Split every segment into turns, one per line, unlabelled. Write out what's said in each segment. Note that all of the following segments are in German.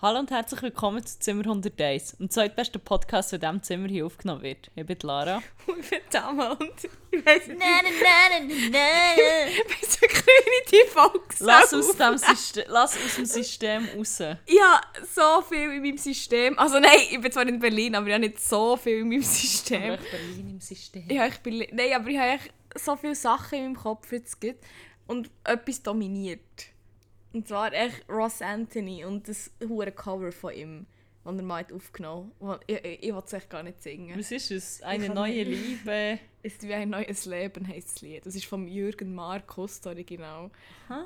Hallo und herzlich willkommen zu Zimmer 101, dem zweitbesten Podcast, der in diesem Zimmer hier aufgenommen wird. Ich bin die Lara.
Ich bin Tama und ich weiß
Na,
nicht,
na, na, na, na.
ich weiss wirklich nicht, wie die Folge
Lass
soll.
aus dem, Syste Lass aus dem System raus.
Also, Ich habe so viel in meinem System. Also nein, ich bin zwar in Berlin, aber ich habe nicht so viel in meinem System.
Berlin im System.
Ich habe echt Berlin, nein, aber ich habe echt so viele Sachen in meinem Kopf jetzt gerade. Und etwas dominiert. Und zwar echt Ross Anthony und das hure Cover von ihm, das er mal hat aufgenommen hat. Ich, ich, ich will es echt gar nicht singen.
Was ist es? Eine
Ich kann
neue Liebe.
Es ist wie ein neues Leben, heisst das Lied. Das ist von Jürgen Markus, das Original.
Ah.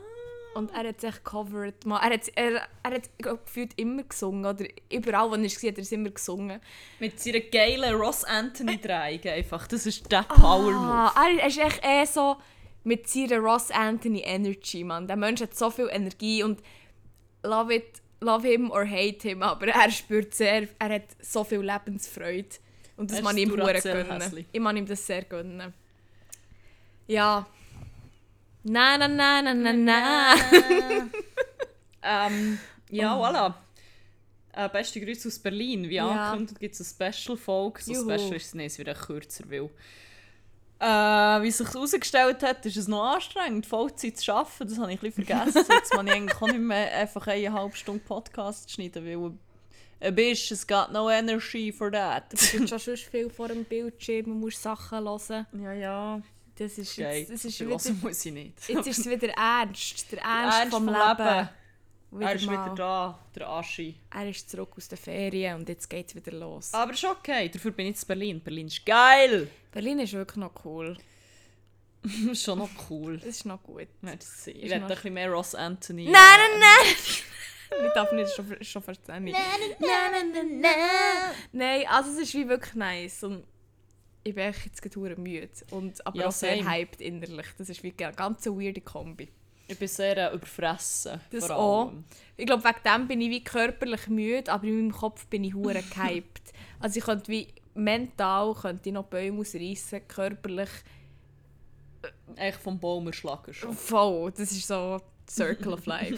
Und er hat sich covered. mal- Er hat, er, er hat gefühlt immer gesungen. Oder überall, wo er war, hat er es immer gesungen.
Mit seiner geilen Ross Anthony Dreieck einfach. Das ist der Power Move.
Ah, er, er ist echt eh so mit seiner Ross Anthony Energy, Mann. Der Mensch hat so viel Energie und love it, love him or hate him, aber er spürt sehr, er hat so viel Lebensfreude. Und das
Er
man
ist
ihm hure
Duracell
gönnen.
Häsli.
Ich man ihm das sehr gönnen. Ja. Na na na na na na.
Äh, Ähm, ja, voilà. Äh, beste Grüße aus Berlin. Wie
Oh. Ja.
angekündigt gibt es eine Special-Folge. So
Juhu.
special ist es nicht, es wird auch kürzer, weil... Äh, wie es sich herausgestellt hat, ist es noch anstrengend, Vollzeit zu arbeiten. Das habe ich ein bisschen vergessen. Jetzt kann ich eigentlich auch nicht mehr einfach eineinhalb Stunden Podcast schneiden, weil... Ein bisschen, es geht no energy for that.
Es gibt schon sonst viel vor dem Bildschirm, man muss Sachen hören.
Ja, ja.
Das ist
Geht.
jetzt,
Das
das ist
ist
wieder,
muss ich nicht.
jetzt ist es wieder ernst. Der Ernst,
Ernst
vom,
vom
Leben.
Leben.
Wieder
Er ist
mal.
wieder da, der Aschi.
Er ist zurück aus den Ferien und jetzt geht's wieder los.
Aber ist okay, dafür bin ich in Berlin. Berlin ist geil!
Berlin ist wirklich noch cool.
Schon noch cool.
Das ist noch gut.
Merci. Ich
Ist
hätte ein
noch-
bisschen mehr Ross Anthony.
Nein, nein, nein! ich darf nicht schon, schon verstehen.
Na, na, na, na.
Nein, also es ist wie wirklich nice. Und ich bin echt jetzt gerade verdammt müde. Und, aber
Ja,
auch sehr
same.
hyped innerlich. Das ist wie eine ganz weirde Kombi.
Ich bin sehr äh, überfressen.
Das
vor
auch.
allem.
Ich glaube, wegen dem bin ich wie körperlich müde, aber in meinem Kopf bin ich hure gehypt. Also ich könnte wie mental könnte ich noch Bäume ausreißen, körperlich
Eigentlich vom Baum erschlagen schon.
voll. Das ist so Circle of Life.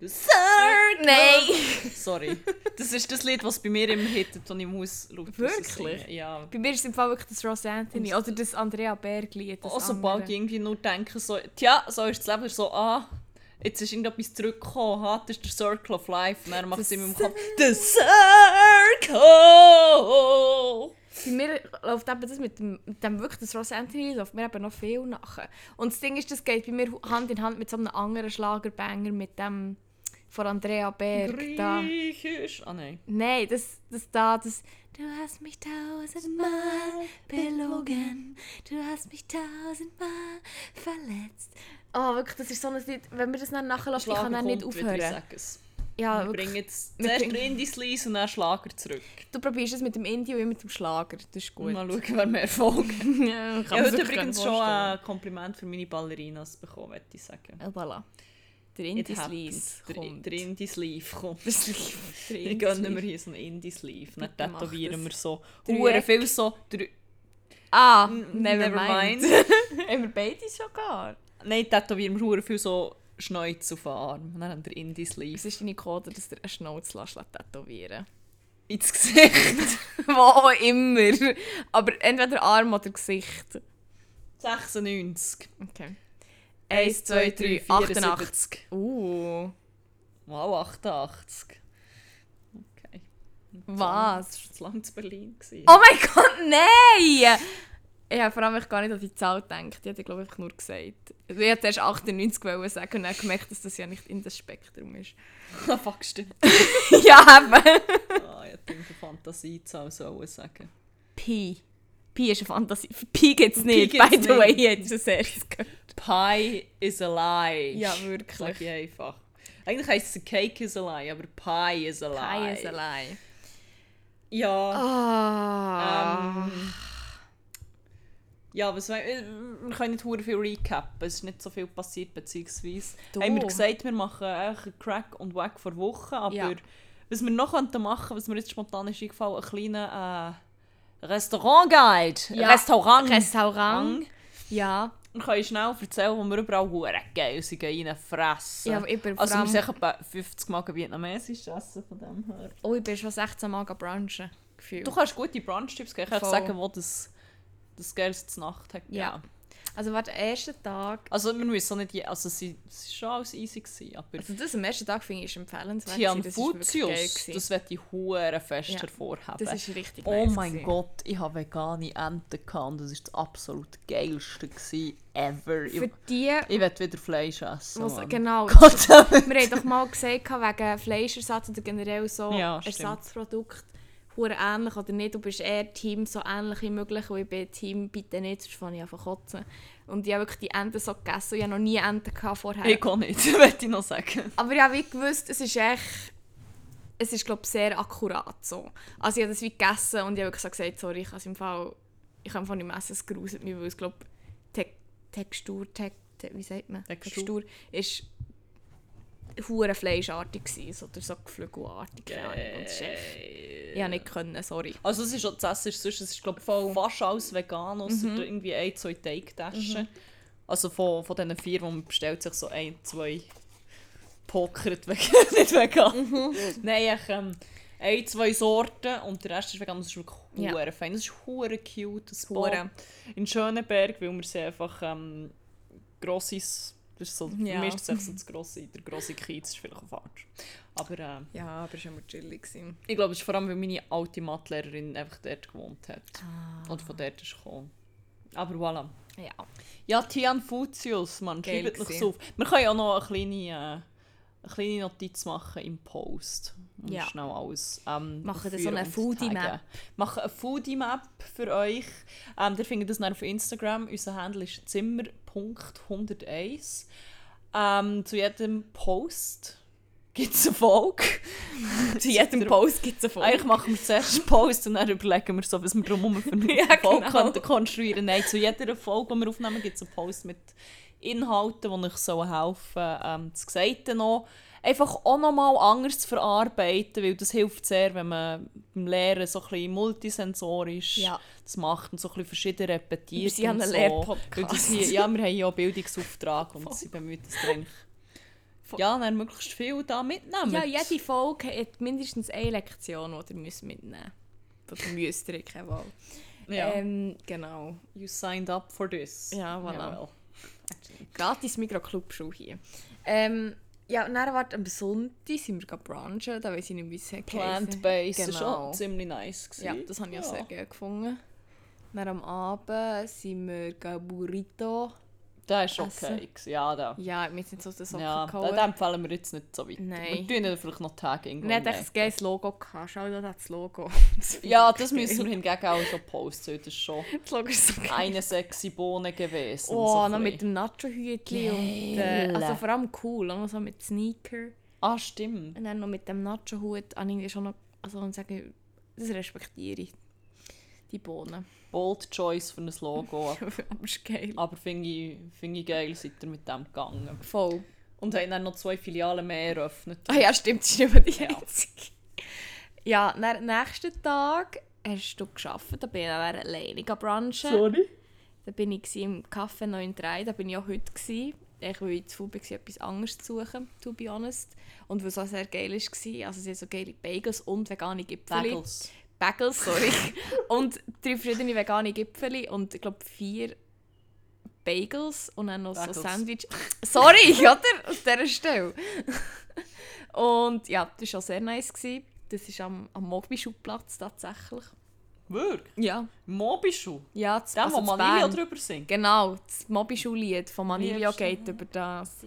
Nein! Sorry. Das ist das Lied, was bei mir immer hittet und ich muss laut
Wirklich?
singen. Ja.
Bei mir ist es im Fall wirklich das Ross Anthony oder das Andrea Berglied. das
Auch sobald
andere.
ich irgendwie nur denke, so, tja, so ist das Leben so, ah, jetzt ist irgendetwas zurückgekommen, ah, das ist der Circle of Life. Und dann macht es in meinem Kopf, The Circle!
Bei mir läuft eben das mit dem, mit dem wirklich das Ross Anthony läuft mir eben noch viel nach. Und das Ding ist, das geht bei mir Hand in Hand mit so einem anderen Schlagerbanger, mit dem von Andrea Berg. Da.
Griechisch. Ah, nein.
Nein, das, das da, das Du hast mich tausendmal belogen, du hast mich tausendmal verletzt. Oh, wirklich, das ist so ein Lied, wenn wir das dann nachlässt, ich kann dann nicht
kommt, wieder, ich
aufhören.
sag es.
Ja,
Wir
wirklich.
bringen jetzt
Wir
zuerst
bringen-
den Indies-Lies und dann Schlager zurück.
Du probierst es mit dem Indie und mit dem Schlager, das ist gut.
Mal schauen, wer mehr Erfolg hat.
ja,
Ich habe heute übrigens schon ein Kompliment für meine Ballerinas bekommen, möchte ich sagen.
schon... Oh, Voilà. Der
It
Indie Sleaze
happens. Der-
kommt.
Der Indie-Sleeve kommt.
Der Sleeve. Der
Dann
Indie
gönnen wir
Sleeve.
hier so einen Indie-Sleeve. Dann
Bitte mach
tätowieren wir
das.
so
Dreieck.
hure viel so... drei-
Ah,
N-
never,
never
mind.
mind.
Haben wir beide schon gar?
Nein, tätowieren wir hure viel so Schneuz auf den Arm. Und dann haben wir
Es
Indie-Sleeve
ist deine Code, dass du einen Schnauz lässt tätowieren
ins Gesicht.
Wo auch immer. Aber entweder Arm oder Gesicht.
96.
Okay.
1, 2, 3,
88.
74.
Uh,
Wow, 88. Okay.
was?
Das war zu lange zu Berlin. gewesen.
Oh mein Gott, nein! Ich habe vor allem echt gar nicht an die Zahl gedacht. Ich hätte, glaube ich, einfach nur gesagt. Ich hätte erst 98 wollen sagen und dann gemerkt, dass das ja nicht in das Spektrum ist.
Ah, fuck, stimmt.
ja, eben.
Ah, ich denke, Fantasiezahl sollen sagen.
Pi. Pi ist eine Fantasie. Pi gibt es nicht.
gibt's
By the way,
nicht.
ich hätte es als erstes gehört.
Pie is a lie.
Ja, wirklich.
Sag ich einfach. Eigentlich heisst es Cake is a lie, aber Pie is a lie.
Pi ist allein.
Ja.
Ah.
Ähm, ja, was wir, äh, wir können nicht hure viel recappen. Es ist nicht so viel passiert, beziehungsweise
Du.
haben wir gesagt, wir machen eigentlich einen Crack und Wack vor Wochen, aber
Ja.
was wir noch könnten machen, was mir jetzt spontan ist eingefallen, einen kleinen äh, Restaurant-Guide.
Ja.
Restaurant.
Restaurant. Ähm, Ja,
Und kann ich schnell erzählen, wo wir überall hure geil sind, gehen reinfressen.
Ja, aber ich bin
also
vor
wir
allem-
sind etwa 50 Mal vietnamesisch essen von dem her.
Oh, ich bin schon 16 Mal brunchen. Gefühl.
Du kannst gute Brunch-Tipps geben. Ich kann
Voll.
sagen, wo das, das Geilste zur Nacht hat.
Ja. Also war der erste Tag.
Also wir müssen auch nicht... je- Also es war schon alles easy, gewesen, aber...
Also das am ersten Tag finde ich ist empfehlenswert. gewesen. Das ist wirklich geil
Tianfutius,
gewesen.
das werde ich hure fest
Ja.
hervorheben.
das ist richtig
Oh
nice
mein
gewesen.
Gott, ich habe vegane Enten gehabt und das war das absolut geilste gewesen ever.
Für
Ich,
die,
ich will wieder Fleisch essen.
was,
Mann.
genau,
Gott,
wir haben doch mal gesagt, wegen Fleischersatz oder generell so
Ja, stimmt.
Ersatzprodukte, hure ähnlich oder nicht, du bist eher Team so ähnlich wie möglich und ich bin Team bitte nicht, sonst fange ich an zu kotzen. Und ich habe wirklich die Enten so gegessen und ich habe noch nie Enten gehabt vorher.
ich kann nicht, will ich noch sagen.
Aber ich habe wie gewusst, es ist echt, es ist glaube ich sehr akkurat so. Also ich habe das wie gegessen und ich habe wirklich so gesagt, sorry, ich kann es im Fall, ich kann von nicht mehr essen, es gruselt mich, weil es glaube Te Textur, Te Te wie sagt man?
Textur.
ist hure fleischartig gewesen, oder so geflügelartig. keine Ahnung. Und das ist echt- Ich konnte nicht, können, sorry.
Also es ist auch das Essen, ist sonst, es ist
Äh,
glaub, fast alles vegan, ausser
Mhm.
irgendwie ein, zwei Teigtaschen. Also von, von diesen vier, die man bestellt, sich so ein, zwei pokert, wegen- nicht vegan.
Mhm.
Nein, ich, ähm, ein, zwei Sorten und der Rest ist vegan. Das ist wirklich
Ja.
hure fein. Das ist hure cute, das
Hure.
Hure. In Schönenberg, weil wir sind einfach ähm, grosses... Das ist so, für
Ja.
mich ist das echt so das grosse, der grosse Kiez, das ist vielleicht auch falsch. Aber... ähm,
Ja, aber es war immer chillig. Gewesen.
ich glaube, es ist vor allem, weil meine alte Mathelehrerin einfach dort gewohnt hat.
Ah.
Oder von dort ist gekommen. Aber voilà.
Ja.
Ja, Tian Futius, man,
Geil
schreibt euch
gewesen.
auf. Wir können ja noch eine kleine, äh, eine kleine Notiz machen im Post. Und
Ja.
schnell alles ähm,
Machen wir so
aufführen
eine
und
Foodie-Map.
taggen. Machen eine Foodie-Map für euch. Ähm, ihr findet das dann auf Instagram. Unser Handle ist zimmer.101. Ähm, zu jedem Post gibt es eine Folge.
Zu jedem Post gibt es eine Folge.
Eigentlich machen wir zuerst einen Post und dann überlegen wir so, was wir drumherum für eine
Ja,
Folge
genau.
könnten konstruieren Nein, zu jeder Folge, die wir aufnehmen, gibt es einen Post mit Inhalten, die euch so helfen ähm, das Gesagte noch einfach auch nochmal anders zu verarbeiten, weil das hilft sehr, wenn man beim Lehren so ein bisschen multisensorisch
Ja.
das macht und so ein bisschen verschieden repetiert.
Wir sind ja
und
ein
so.
Lehrpodcast.
Weil das hier, ja, wir haben ja auch Bildungsauftrag und sind bemüht, dass ihr eigentlich
Voll.
ja, dann möglichst viel da mitnehmen.
Ja, jede Folge hat mindestens eine Lektion, die ihr müsst mitnehmen müsst. Oder müsst ihr, keine Wahl.
Ja.
Ähm, genau.
You signed up for this.
Ja, voilà.
Jawohl.
Gratis Mikroclub-Show hier. Ähm, ja, und dann wart am Sonntag sind wir gerade brunchen, da weiss ich nicht, wie es heisst.
Plant-based ist
genau.
auch ziemlich nice. Gewesen.
Ja, das habe ich auch
Ja.
sehr gerne gefunden. Dann am Abend sind wir gegangen Burrito.
Der ist okay.
Essen.
gewesen. Ja, der.
Also, Ja, wir sind so aus den Socken
Ja, den,
gehauen.
den empfehlen wir jetzt nicht so weit. Wir
Nein.
tun ihn vielleicht noch Tag irgendwo.
Dann hat
rein.
echt ein geiles Logo gehabt. Schau da das Logo. Das finde
ja,
ich
das
geil.
müssen wir hingegen auch schon posten. Das ist schon
Das Logo ist so geil.
eine sexy Bohne gewesen. so
Oh,
ein
noch mit
bisschen.
dem Nacho-Hütli und äh,
Geil.
also vor allem cool, auch noch so mit Sneaker
Ah, stimmt.
und dann noch mit dem Nacho-Hut, habe ich schon noch, also und sage, das respektiere ich, die Bohnen.
Bold Choice für ein Logo.
Aber ist geil.
Aber finde ich, finde ich geil, seid ihr mit dem gegangen.
Voll.
Und haben dann noch zwei Filialen mehr eröffnet.
Ah ja, stimmt, das ist nicht mehr die
Ja.
einzige. Ja, dann am nächsten Tag hast du geschafft, da bin ich dann alleine gegangen brunchen.
Sorry.
Da bin ich gsi im Café 93, da bin ich auch heute. gsi. Ich war zu faul, gewesen, etwas anderes zu suchen, to be honest. Und was auch sehr geil war, also sie hat so geile Bagels und vegane Gipfeli.
Bagels.
Bagels, sorry. und drei verschiedene vegane Gipfeli und ich glaube vier Bagels und dann noch
Bagels.
so Sandwich. Sorry, oder? Aus dieser Stelle. und ja, das war auch sehr nice. gsi. Das ist am, am Mogbischu-Platz tatsächlich.
Wirklich?
Ja.
Mobischu.
Ja, das,
Dem,
also
wo
in
Manilio
Bern.
drüber singt.
Genau, das Mobischulied von Manilio
Liebste.
geht über das.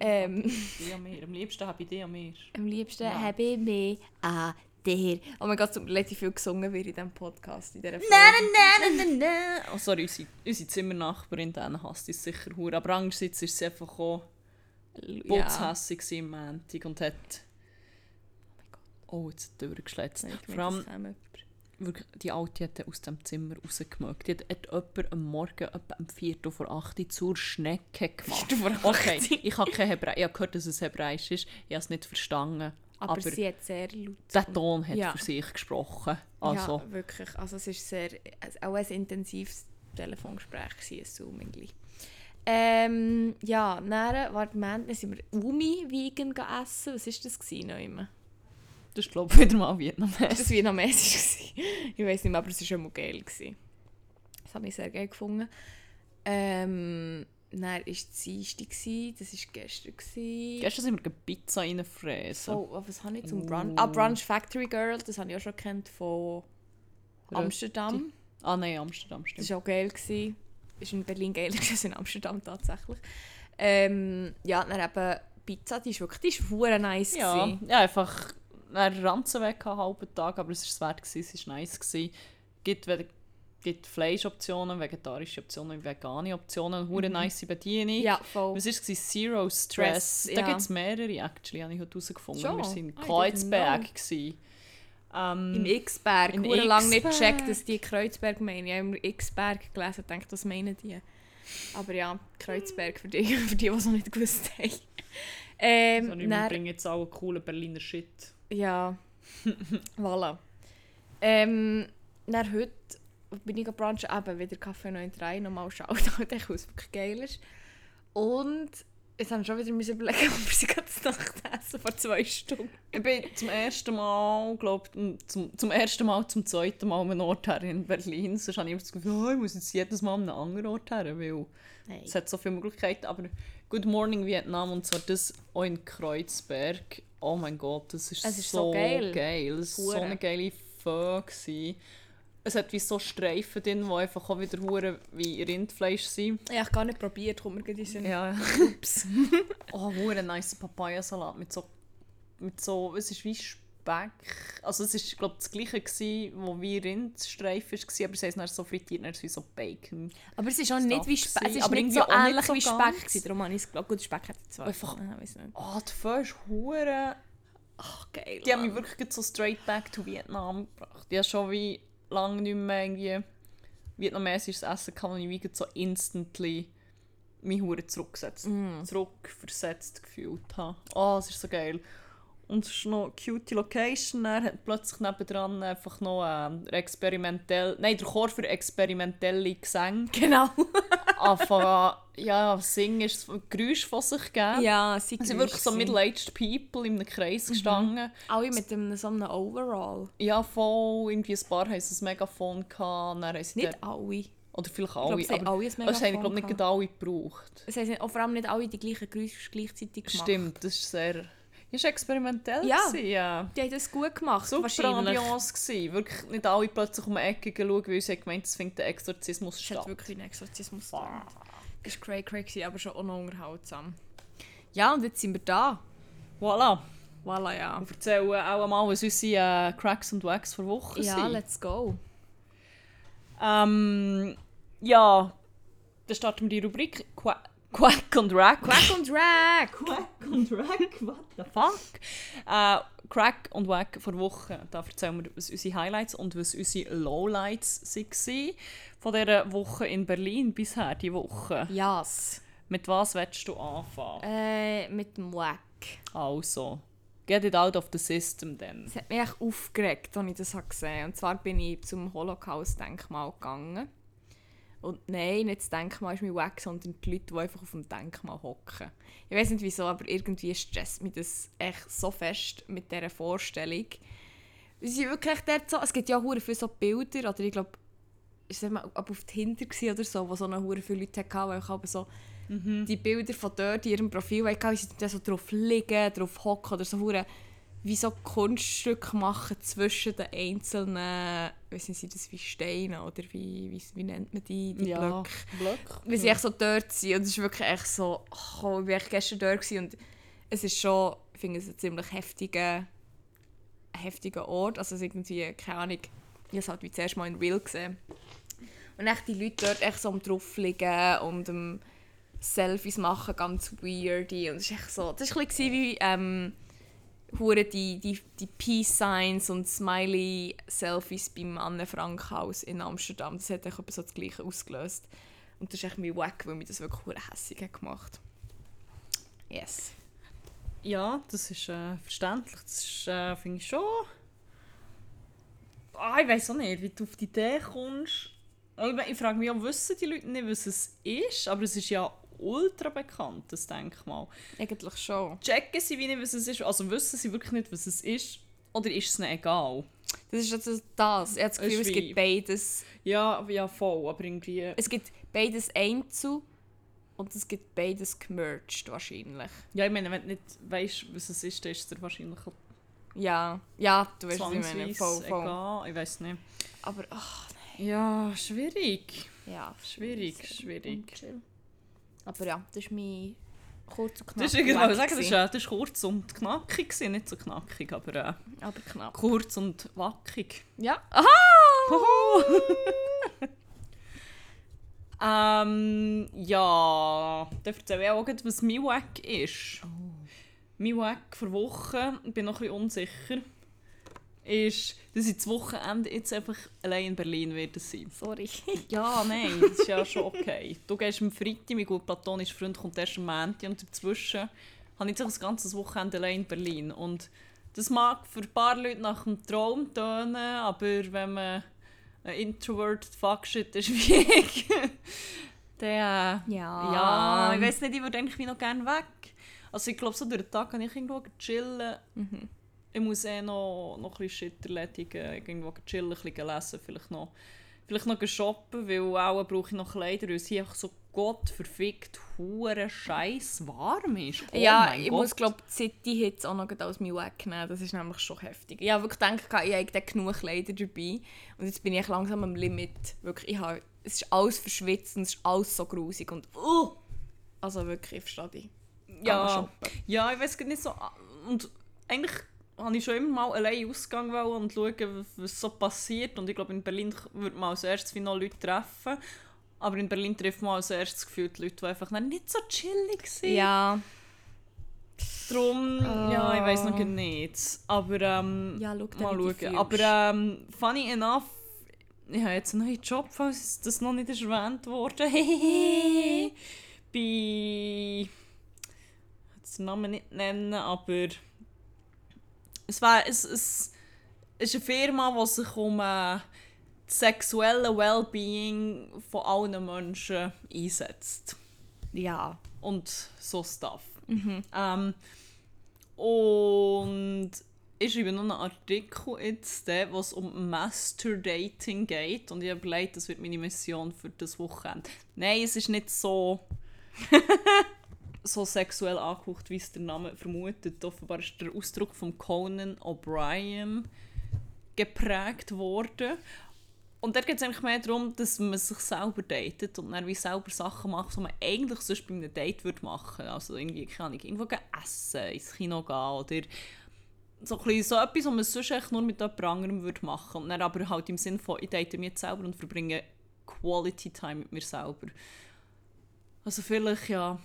Ähm,
Die an mir. Am liebsten habe ich die an mir.
am liebsten
Ja.
habe ich mich an dir. Oh mein Gott, es tut mir leid, wie viel gesungen wird in diesem Podcast, in dieser Folge.
Na, na, na, na, na.
Oh, sorry, unsere, unsere Zimmernachbarin dann hasst uns sicher hure. Aber andererseits war sie einfach auch
Ja.
putzhässig ja. im Montag und hat... Oh, jetzt hat die Tür geschlätzt.
Ich
Vor allem,
meine,
wirklich, die Alte hat aus dem Zimmer rausgemögt. Die hat, hat jemand am Morgen etwa um 4 Uhr vor 8 Uhr zur Schnecke gemacht.
Viertel vor acht.
Okay, ich habe kein Hebräisch. Ich habe gehört, dass es Hebräisch ist. Ich habe es nicht verstanden. Aber,
aber, aber sie hat sehr laut.
der Ton hat
Ja.
für sich gesprochen. Also,
Ja, wirklich. Also es ist sehr, es- auch ein intensives Telefongespräch, gewesen, ein Zoom irgendwie. Ähm, ja, dann, warte, Moment, dann sind wir Umi vegan gegessen. Was war das gewesen noch immer?
Das ist, glaube ich, wieder mal Vietnam.
Ist das vietnamesisch? gewesen? ich weiß nicht mehr, aber es war schon mal geil. gewesen. Das habe ich sehr geil gefunden. Ähm, dann war es Dienstag, gewesen, das war gestern. Gewesen.
Gestern sind wir gegen Pizza reinfräsen.
Oh, was habe ich zum Brunch?
Oh.
Ah, Brunch Factory Girl, das habe ich auch schon kennt von
Rösti.
Amsterdam.
Ah nein, Amsterdam,
Das
stimmt.
war auch geil. Gewesen. Ist in Berlin geiler als in Amsterdam tatsächlich. Ähm, ja, dann eben Pizza, die ist wirklich die ist hure nice.
Ja,
gewesen.
ja, einfach einen Ranzen weg, einen halben Tag, aber es war es wert, gewesen, es war nice. Gewesen. Gibt, we- gibt Fleischoptionen, vegetarische Optionen, vegane Optionen, hure nice Bedienung.
Mhm. ja voll.
Was war es? Zero Stress.
Stress,
da
ja.
gibt es mehrere, actually, habe ich heute herausgefunden.
Schon?
Wir waren in
Ah, ich
Kreuzberg.
didn't
gewesen.
Im
Ähm,
X-Berg.
Im
Ich habe lange nicht
X-Berg.
gecheckt, dass die Kreuzberg meinen. Ich habe im X-Berg gelesen und dachte, was meinen die? Aber ja, Kreuzberg für die, für die, die es noch nicht gewusst haben. Ähm,
sorry, wir
dann-
bringen jetzt auch einen coolen Berliner Shit.
Ja. voilà. Ähm, dann heute bin ich gebranscht, eben wieder Kaffee 93, nochmal schaut halt echt aus, wirklich geil ist. Und jetzt haben wir schon wieder müssen überlegen, ob wir sie gerade zu Nacht essen, vor zwei Stunden.
Ich bin zum ersten Mal, glaub, zum, zum ersten Mal, zum zweiten Mal an einem Ort her in Berlin. Sonst habe ich immer das Gefühl, oh, ich muss jetzt jedes Mal an einen anderen Ort her, weil
Nein.
es hat so viele Möglichkeiten. Aber Good Morning Vietnam und so, das auch in Kreuzberg. Oh mein Gott, das ist,
Es ist
so,
so geil.
geil. Es war so
Hure.
eine geile Föhn. gewesen. Es hat wie so Streifen drin, die einfach auch wieder hure wie Rindfleisch sind.
Ich habe gar nicht probiert, kommt mir gerade in den Sinn.
Ja, ups. oh, hure nice Papayasalat mit so, mit so, es ist wie Speck. Also es ist, glaube das gleiche gewesen, wo wie Rindstreifen war, aber sie haben es dann so frittiert, dann ist es wie so Bacon.
Aber es ist auch
nicht wie Speck- es ist nicht so ähnlich wie Speck gewesen,
darum habe ich es geglaubt. Gut, Speck hat zwar. Einfach. Ich weiß nicht.
Oh, die Pho ist hure...
Ach, geil.
Die haben mich wirklich gerade so straight back to Vietnam gebracht. Ich habe schon wie lange nicht mehr irgendwie vietnamesisches Essen kann, wo ich wie gerade so instantly mich hure zurückgesetzt, zurückversetzt gefühlt habe. Oh, es ist so geil. Und es ist noch eine cute Location. Er hat plötzlich nebendran einfach noch ähm, der experimentell, nein, der Chor für experimentelle Gesänge
Genau.
anfangen, ja, singen, ist Geräusch von sich geben.
ja, sie
Es sind wirklich so
gewesen.
middle-aged people in einem Kreis gestanden.
Alle mit einem, so einem Overall.
Ja, voll. Irgendwie ein paar haben so ein Megafon gehabt. Dann haben sie
Nicht
dort-
alle.
oder vielleicht
glaub,
alle.
sie haben
aber
alle ein
das haben,
Megafon
glaube nicht
gehabt.
gerade alle gebraucht.
Es haben auch vor allem nicht alle die gleichen Geräusche gleichzeitig gemacht.
Stimmt, das ist sehr. Das war experimentell.
Ja.
gewesen, ja.
Die haben das gut gemacht,
Super
wahrscheinlich.
Ambiance. gewesen. Wirklich nicht alle plötzlich um die Ecke geschaut, weil sie haben gemeint es findet ein Exorzismus
Es hat
statt.
wirklich einen Exorzismus gemacht. Das war cray cray, aber schon auch noch unterhaltsam. Ja, und jetzt sind wir da.
Voilà.
Voilà, ja.
Und erzählen auch mal, was unsere äh, Cracks und Wags vor Wochen
Ja,
sind.
let's go.
Ähm, ja, dann starten wir die Rubrik Qua Quack und Rack.
Quack und Drag!
Crack und Rack, what the fuck? Äh, Crack und Wack vor Woche. Da erzählen wir, was unsere Highlights und was unsere Lowlights waren von dieser Woche in Berlin bisher, die Woche.
Yes.
Mit was willst du anfangen?
Äh, mit dem Wack.
Also, get it out of the system then.
Es hat mich echt aufgeregt, als ich das hab gesehen habe. Und zwar bin ich zum Holocaust-Denkmal gegangen. Und nein, nicht das Denkmal ist mir weg, sondern die Leute, die einfach auf dem Denkmal hocken. Ich weiß nicht wieso, aber irgendwie stresst mich das echt so fest mit dieser Vorstellung. Wir sind wirklich dort so, es gibt ja hure viele so Bilder, oder ich glaube, ich sag mal, ob auf Tinder gsi oder so, wo so eine hure viele Leute hatten, weil ich aber so die Bilder von dort in ihrem Profil hatten, wie sie dann so drauf liegen, drauf hocken oder so hure wie so Kunststücke machen zwischen den einzelnen, weiss nicht, sind das wie Steine oder wie, wie, wie nennt man die, die Blöcke?
Block.
weil sie echt so dort sind und es ist wirklich echt so, oh, ich war echt gestern dort gewesen und es ist schon, ich finde es ein ziemlich heftiger, ein heftiger Ort, also es ist irgendwie, keine Ahnung, ich habe es halt wie zuerst mal in Real gesehen und echt die Leute dort echt so am drauf liegen und am Selfies machen, ganz weirdy und es ist echt so, das war ein bisschen wie, ähm, Hure die, die, die Peace-Signs und Smiley-Selfies beim Anne Frank-Haus in Amsterdam. Das hat echt etwa so das Gleiche ausgelöst. Und das ist echt mein Wack, weil mich das wirklich hure hässig hat gemacht Yes.
Ja, das ist äh, verständlich. Das ist, äh, finde ich schon. Ah, ich weiß auch nicht, wie du auf die Idee kommst, Und ich meine, ich frage mich auch, wissen die Leute nicht, was es ist? Aber es ist ja ultra bekannt, das Denkmal.
Eigentlich schon.
Checken sie wie nicht, was es ist? Also wissen sie wirklich nicht, was es ist? Oder ist es ihnen egal?
Das ist jetzt das. Ich habe das Gefühl,
Ist
es
wie-
gibt beides.
Ja, ja voll, aber irgendwie...
Es gibt beides einzu und es gibt beides gemerged wahrscheinlich.
Ja, ich meine, wenn du nicht weißt, was es ist, dann ist es dir wahrscheinlich auch
Ja, ja, du weißt, was ich meine.
zwangsweise
Voll, voll.
egal. Ich weiß nicht.
Aber ach,
Ja, schwierig.
ja.
Schwierig,
sehr
schwierig.
unchill. Aber ja, das ist mein kurz und knapp.
Das ist, genau, ich sagen, das, ist, äh, das ist kurz und knackig, gewesen. nicht so knackig, aber äh,
Aber knapp.
kurz und wackig.
Ja. Aha!
Ähm, ja, dann erzähle ich auch, gleich, was mein Wack ist. Mein Wack für Woche, ich bin noch ein bisschen unsicher, ist, dass ich das Wochenende jetzt einfach allein in Berlin werde sein.
Sorry.
Ja, nein, das ist ja schon okay. Du gehst am Freitag, mein gut platonischer Freund kommt erst am Montag und dazwischen habe ich jetzt das ganze Wochenende allein in Berlin. Und das mag für ein paar Leute nach dem Traum tönen, aber wenn man ein Introvert Fuckshit ist wie ich, dann... Äh, ja,
Ähm.
ich weiß nicht, ich würde eigentlich wie noch gerne weg. Also ich glaube, so durch den Tag kann ich irgendwo chillen.
Mhm.
Ich muss eh noch, noch ein bisschen Shit erledigen, irgendwo chillen, ein bisschen lesen, vielleicht noch, vielleicht noch shoppen, weil auch brauche ich noch Kleider, weil es hier einfach so Gott verfickt hure Scheiß warm ist. Oh
ja,
mein
ich
Gott.
muss glaube die City Hits auch noch gleich als mein Weg nehmen. Das ist nämlich schon heftig. Ich habe wirklich gedacht, ich habe dann genug Kleider dabei. Und jetzt bin ich echt langsam am Limit. Wirklich, ich habe, es ist alles verschwitzt und es ist alles so grusig. Und, uh, also wirklich, ich verstehe dich. Geh mal
ja,
shoppen.
ja, ich weiß nicht so. äh, Und eigentlich habe ich schon immer mal allein ausgegangen wollen und schauen, was so passiert. Und ich glaube, in Berlin würde man als erstes wie noch Leute treffen. Aber in Berlin trifft man als erstes gefühlt Leute, die einfach dann nicht so chillig sind.
Ja,
Drum,
Ah.
ja, ich weiß noch nicht. Aber ähm,
ja, schau
mal
wie du
schauen.
fühlst.
Aber ähm, funny enough, ich habe jetzt einen neuen Job, falls das noch nicht ist erwähnt wurde. Hehehe. Bei. Ich will den Namen nicht nennen, aber. Es, war, es, es ist eine Firma, die sich um äh, das sexuelle Wellbeing von allen Menschen einsetzt
ja.
und so Stuff.
Mhm.
Ähm, und ich schreibe noch einen Artikel jetzt, der was um Master Dating geht. Und ich habe überlegt, das wird meine Mission für das Wochenende. Nein, es ist nicht so so sexuell angehaucht, wie es der Name vermutet. Offenbar ist der Ausdruck von Conan O'Brien geprägt worden. Und da geht es eigentlich mehr darum, dass man sich selber datet und dann wie selber Sachen macht, die man eigentlich sonst bei einem Date würde machen. Also irgendwie, keine Ahnung, irgendwo gehen essen, ins Kino gehen oder so, ein bisschen so etwas, was man sonst echt nur mit jemand anderem würde machen. Und dann aber halt im Sinne von, ich date mich jetzt selber und verbringe Quality Time mit mir selber. Also vielleicht, ja,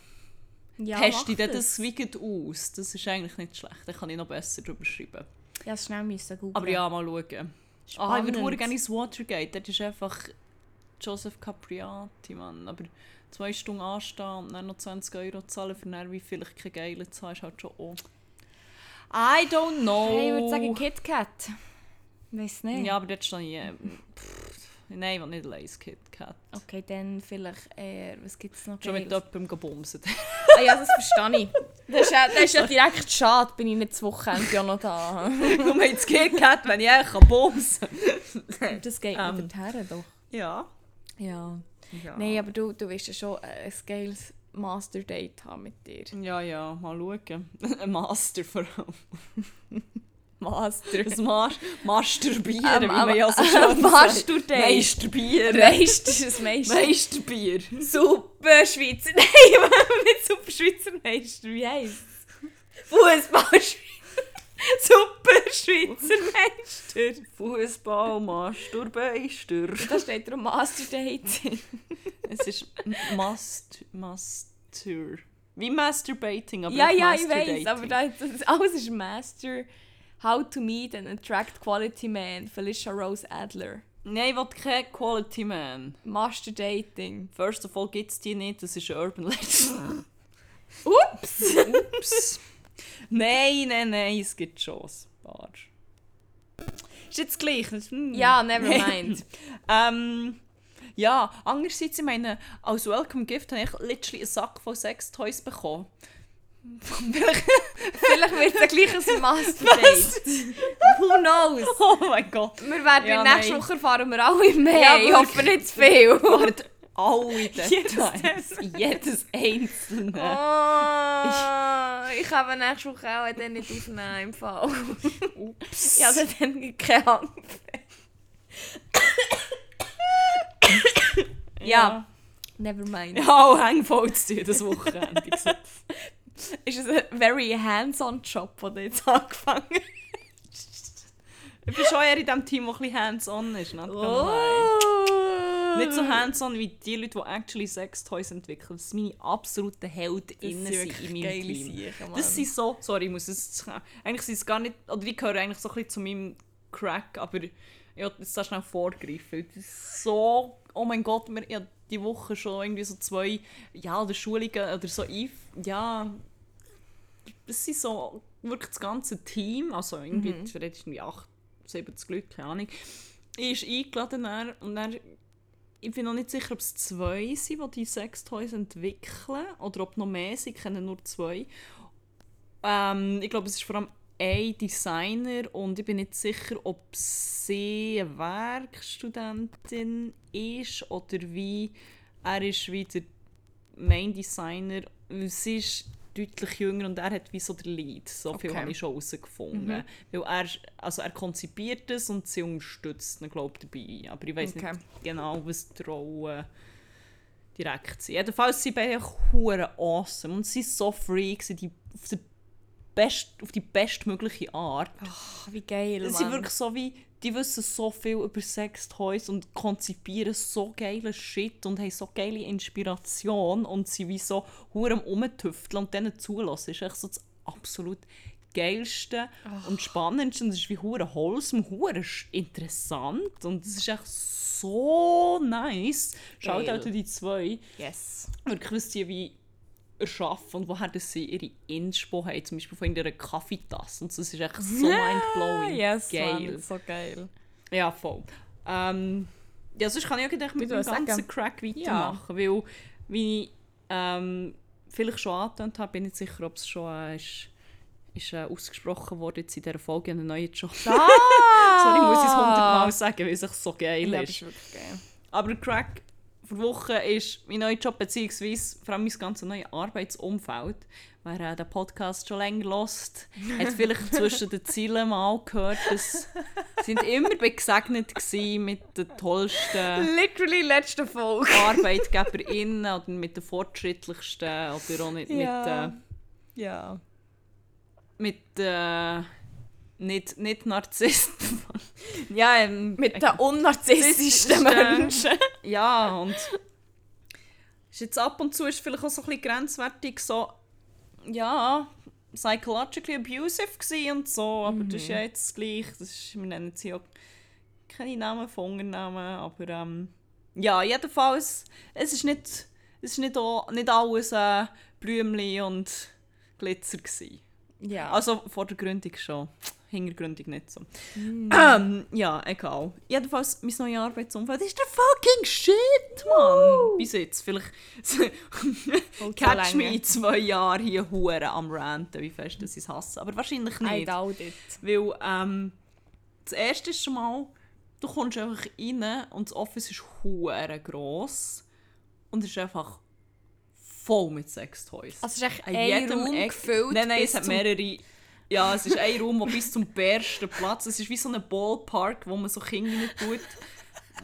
ja
teste ich
mach
dann das Swigget aus. Das ist eigentlich nicht schlecht, da kann ich noch besser drüber schreiben.
Ja, schnell müssen googeln.
Aber ja, mal schauen. Ah, ich würde hure gerne ins Watergate. Dort ist einfach Joseph Capriati, Mann. Aber zwei Stunden anstehen und dann noch 20 Euro zahlen, für dann wie vielleicht kein Geile zu haben, ist halt schon auch... I don't know.
Hey, ich würde sagen KitKat. Weiß nicht.
Ja, aber dort stehe ich... Äh, pff, nein, ich will nicht allein ins Kit Kat.
Okay, dann vielleicht eher, was gibt es noch?
Schon mit
Geiles?
jemandem gebumsen.
Ah ja, das verstehe ich. Das ist ja, das ist ja direkt schade, bin ich nicht das Wochenende ja noch da.
Nur ins Kit Kat, wenn ich eigentlich kann bumsen
Das geht
Ähm.
ähm. mit her doch.
Ja.
Ja.
ja.
Nein, aber du, du willst ja schon äh, ein geiles Master-Date haben mit dir.
Ja, ja, mal schauen. Ein Master vor allem.
Master.
Ein Mas Masturbieren,
Ähm,
wie man
ähm,
ja so
ähm,
schön
Masterdate.
Meisterbier.
Meister, das Meister.
Meisterbier.
Super Schweizer. Nein, nicht Super Schweizer Meister. Wie heisst es? Fußball Super Schweizer Meister.
Fußball, Masturbeister.
Da steht darum Master-Date.
Es ist Mast... Master... Wie Masturbating, aber
Ja,
nicht
ja, ich
Masturdating.
weiß, aber das, das alles ist Master. How to meet and attract quality men, Felicia Rose Adler.
Nein, ich will kein Quality Man.
Master Dating.
First of all gibt es die nicht, das ist eine Urban Legend.
Ups!
Ups. nein, nein, nein, es gibt schon ein paar. Ist jetzt gleich. das-
ja, never mind.
Ähm, Ja, andererseits, ich meine, als Welcome Gift habe ich literally einen Sack voll Sextoys bekommen.
Vielleicht wird es ja gleich ein Masturbate. Who knows?
oh mein Gott.
Wir werden
Ja,
nächste
nein.
Woche erfahren wir alle mehr.
Ja,
ich hoffe nicht zu viel.
Warte, alle Details.
Jedes.
Jedes einzelne.
Oh, ich habe nächste Woche auch den nicht aufnehmen im Fall.
Ups.
Ich habe dann keine Angst. ja. Never mind.
Ja, auch hängen voll zu tun, das Wochenende. wie gesagt.
Ist es ein very hands-on Job, den du jetzt angefangen hast?
ich bin schon eher in diesem Team, der ein bisschen hands-on ist. ne? Nicht,
Oh.
nicht so hands-on wie die Leute, die actually Sextoys entwickeln. Das sind meine absoluten Heldinnen sind in meinem Team.
Dus
Das sind so, sorry, ich muss es, eigentlich sind es gar nicht, oder die gehören eigentlich so ein bisschen zu meinem Crack, aber ich will jetzt da schnell vorgreifen. Das ist so, oh mein Gott, wir, ich habe diese Woche schon irgendwie so zwei, ja, oder Schulungen oder so, ein- ja, das sind so wirklich das ganze Team, also irgendwie, mhm. redest irgendwie 8, 70 Leute, keine Ahnung, ich ist eingeladen dann, und dann, ich bin noch nicht sicher, ob es zwei sind, die die Sextoys entwickeln, oder ob noch mehr sind, ich kenne nur zwei. Ähm, ich glaube, es ist vor allem ein Designer und ich bin nicht sicher, ob sie eine Werkstudentin ist oder wie. Er ist wie der Main Designer. Sie ist deutlich jünger und er hat wie so der Lead. So viel
Okay.
habe ich schon herausgefunden. Weil er, also er konzipiert es und sie unterstützt ihn, glaube ich, dabei. Aber ich weiß
Okay.
nicht genau, was die Rollen direkt sind. Jedenfalls sind beide hure awesome und sie sind so free gewesen, die auf der best, auf die bestmögliche Art.
Ach, Oh, wie geil,
Es sind wirklich so wie, die wissen so viel über Sextoys und konzipieren so geile Shit und haben so geile Inspiration und sind wie so hure am Rumtüfteln und denen zulassen. ist echt so das absolut geilste und spannendste und es ist wie hure wholesome, hure sch- interessant und es ist echt so nice. Schaut
Geil.
auch die zwei
Yes.
wirklich was die wie erschaffen und woher das sie ihre Inspo haben, zum Beispiel von ihrer Kaffeetasse und so, das ist echt so mindblowing.
yes,
Geil.
Mann, so geil.
Ja, voll. Ähm, ja, sonst kann ich auch gleich mit
Du
dem
hast
ganzen
sagen.
Crack weitermachen, weil, wie ich ähm, vielleicht schon angetönt habe, bin ich nicht sicher, ob es schon äh, ist, ist, äh, ausgesprochen wurde jetzt in dieser Folge einen neuen Job.
Ah.
Sorry, muss ich es hundertmal sagen, weil es echt so geil
Ja, das
ist.
ist wirklich geil.
Aber Crack vor Woche ist mein neuer Job, beziehungsweise vor allem mein ganzes neues Arbeitsumfeld. Wer äh, den Podcast schon länger lost, hat vielleicht zwischen den Zielen mal gehört, dass sie sind immer gesegnet gewesen mit den tollsten
Literally letzte Folge.
ArbeitgeberInnen oder mit den fortschrittlichsten oder auch nicht
Ja.
mit den
Ja.
mit, äh, nicht, nicht Narzissten.
Ja, ähm, mit den unnarzisstischsten
Narzisstischsten.
Menschen.
Ja, und ist jetzt ab und zu ist vielleicht auch so ein bisschen grenzwertig, so, ja, psychologically abusive gsi und so, aber das ist ja jetzt gleich, das ist, wir nennen sie auch keine Namen von Unternehmen, aber ähm, ja, jedenfalls, es ist nicht, es ist nicht, auch, nicht alles äh, Blümchen und Glitzer gsi
Ja.
also vor der Gründung schon. Hintergründig nicht so. Ähm, ja, egal. Jedenfalls, mein neues Arbeitsumfeld ist der fucking Shit, Mann! Bis jetzt. Vielleicht catch me in zwei Jahren hier Huren am Ranten, wie fest dass ich es hasse. Aber wahrscheinlich
I
nicht.
doubt it.
Weil ähm, das erste ist schon mal, du kommst einfach rein und das Office ist hure gross und es ist einfach voll mit Sextoys.
Also es ist echt
An
ein
jedem
Raum
Eck-
gefüllt
Nein, nein,
bis
es hat
zum-
mehrere. Ja, es ist ein Raum, der bis zum besten Platz. Es ist wie so ein Ballpark, wo man so Kinder nicht tut,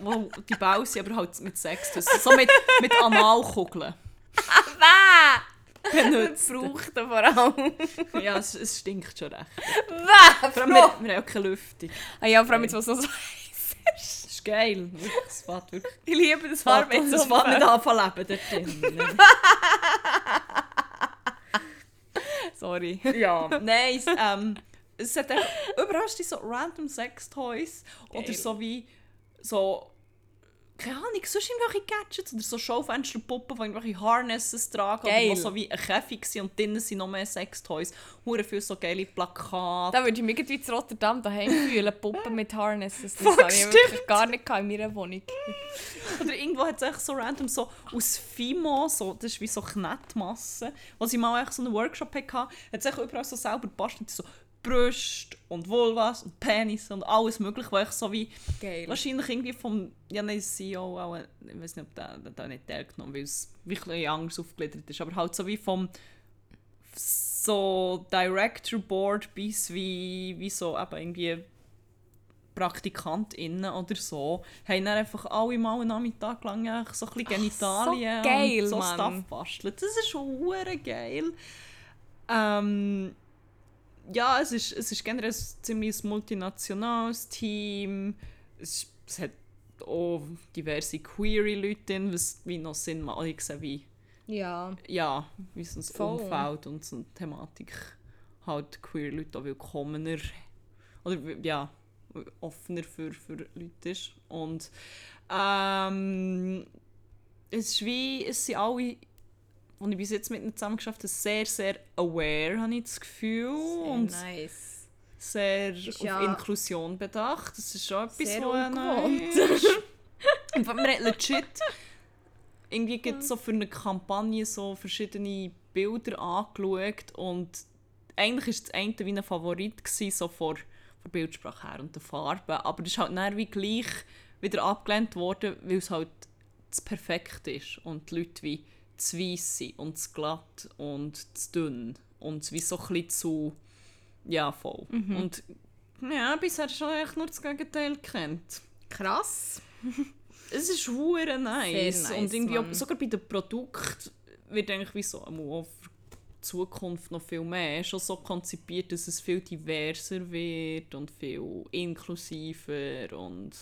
wo die Bälle sind, aber halt mit Sextus. So mit, mit Analkugeln
Wah!
benutzt.
Braucht er vor allem.
Ja, es, es stinkt schon recht.
Wah!
Vor allem, wir, wir haben auch keine Lüftung.
Ah ja, vor allem jetzt, was noch so heiß ist.
Das ist geil. Wirklich, Es fährt wirklich
Ich liebe das
Farbe jetzt
Arbeitsumfeld.
das Pfanne nicht anfangen zu leben dort drin.
Sorry.
ja, nein, es, ähm, es hat echt, überall hast du so random Sextoys oder
Geil.
so wie so keine Ahnung, sonst irgendwelche Gadgets oder so Schaufensterpuppen, die irgendwelche Harnesses tragen
Geil.
oder die so wie ein Käfig sind und drinnen sind noch mehr Sextoys. Hure viele so geile Plakate.
Da würde ich mich irgendwie zu Rotterdam daheim fühlen, Puppen mit Harnesses. Dus Das
Fuck,
habe ich wirklich gar nicht gehabt in meiner Wohnung.
Oder irgendwo hat es echt so random so aus Fimo, so, das ist wie so Knetmasse, als ich mal echt so einen Workshop hatte, hat es echt überall so selber gebastelt, so Brüste und Vulvas und Penis und alles mögliche, was ich so wie
Geil.
Wahrscheinlich irgendwie vom ja, nein, CEO, auch, äh, ich weiß nicht, ob der, der, der nicht teilgenommen weil es wirklich anders aufgegliedert ist, aber halt so wie vom so Director Board bis wie, wie so eben irgendwie PraktikantInnen oder so, haben dann einfach alle mal einen Nachmittag lang echt so ein bisschen Genitalien
so geil,
und so
Mann.
Stuff bastelt. Das ist hure geil. Ähm, ja, es ist, es ist generell ein ziemlich multinationales Team. Es, ist- es hat auch diverse Query-Leute drin, was wie noch Sinn macht. Ich sehe, wie,
Ja.
ja, wie so ein
Voll.
Umfeld und so eine Thematik halt Queer-Leute auch willkommener oder w- ja, offener für, für Leute ist. Und ähm, es ist wie, es sind alle und ich bis jetzt mit ihnen zusammen geschafft habe, sehr, sehr aware, habe ich das Gefühl. und
nice.
sehr
Ist
auf
ja
Inklusion bedacht. Das ist schon etwas,
sehr
wo er
ungewohnt.
neu ist. Und Man hat legit irgendwie gibt so für eine Kampagne so verschiedene Bilder angeschaut und eigentlich ist das eine wie ein Favorit gewesen, so vor von der Bildsprache her und der Farbe, aber das ist halt dann wie gleich wieder abgelehnt worden, weil es halt zu perfekt ist und die Leute wie zu weiss sind und zu glatt und zu dünn und wie so ein bisschen zu ja, voll. Und ja, bisher schon echt nur das Gegenteil kennt.
Krass.
Es ist hure nice.
nice,
Und irgendwie
Mann.
auch, sogar bei den Produkten wird eigentlich wie so am Anfang Zukunft noch viel mehr eh, schon so konzipiert, dass es viel diverser wird und viel inklusiver und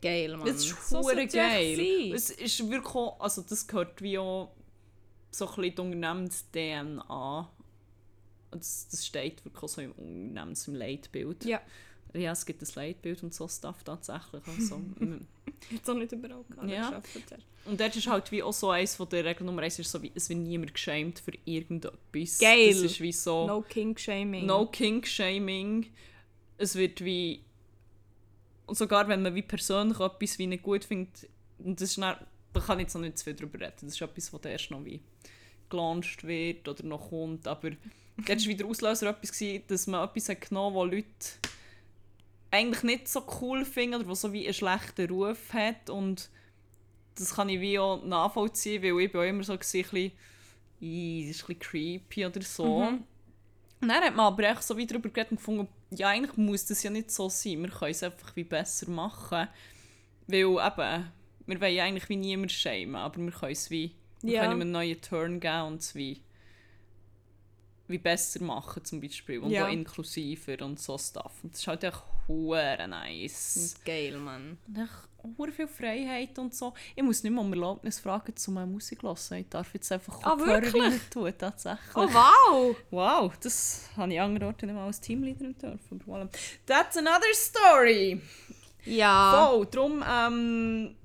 Geil, Mann.
es ist hure geil. Es ist wirklich auch, also das gehört wie auch so ein bisschen die Unternehmens-DNA. Und Das, das steht wirklich auch so im Unternehmens- im Leitbild.
Ja.
Ja, es gibt ein Leitbild und so Stuff tatsächlich. Also, mm.
Jetzt auch nicht überall gehabt,
Ja.
geschafft.
und dort ist halt wie auch so eins von der Regel Nummer eins, ist so wie, es wird niemand geschämt für irgendetwas.
Geil.
Das ist wie so...
Oh. No King Shaming.
No King-Shaming. Es wird wie. Und sogar wenn man wie persönlich etwas wie nicht gut findet, und das ist dann, da kann ich jetzt noch nicht zu viel drüber reden. Das ist etwas, was erst noch wie gelauncht wird oder noch kommt. Aber dort war wieder Auslöser etwas, gewesen, dass man etwas hat genommen hat, was Leute eigentlich nicht so cool finden oder was so wie einen schlechten Ruf hat. Und das kann ich wie auch nachvollziehen, weil ich bin auch immer so gewesen, ein bisschen, «Ih, das ist ein bisschen creepy oder so. Und dann hat man aber echt so wie darüber geredet und gefunden, ja, eigentlich muss das ja nicht so sein. Wir können es einfach wie besser machen. Weil eben, wir wollen ja eigentlich wie niemand schämen, aber wir können es wie, wir
Ja.
können ihm einen neuen Turn geben und es wie, wie besser machen zum Beispiel. Und
Ja.
auch inklusiver und so Stuff. Und das ist halt echt hure nice.
Geil, Mann.
Und echt hure viel Freiheit und so. Ich muss nicht mal um Erlaubnis fragen, um meine Musik zu hören. Ich darf jetzt einfach
Ah,
Kopfhörer
wirklich?
rein tun, tatsächlich.
Oh, wow!
Wow, das habe ich anderen Orten nicht mal als Teamleader dürfen. aber voilà. That's another story!
Ja.
So, darum ähm,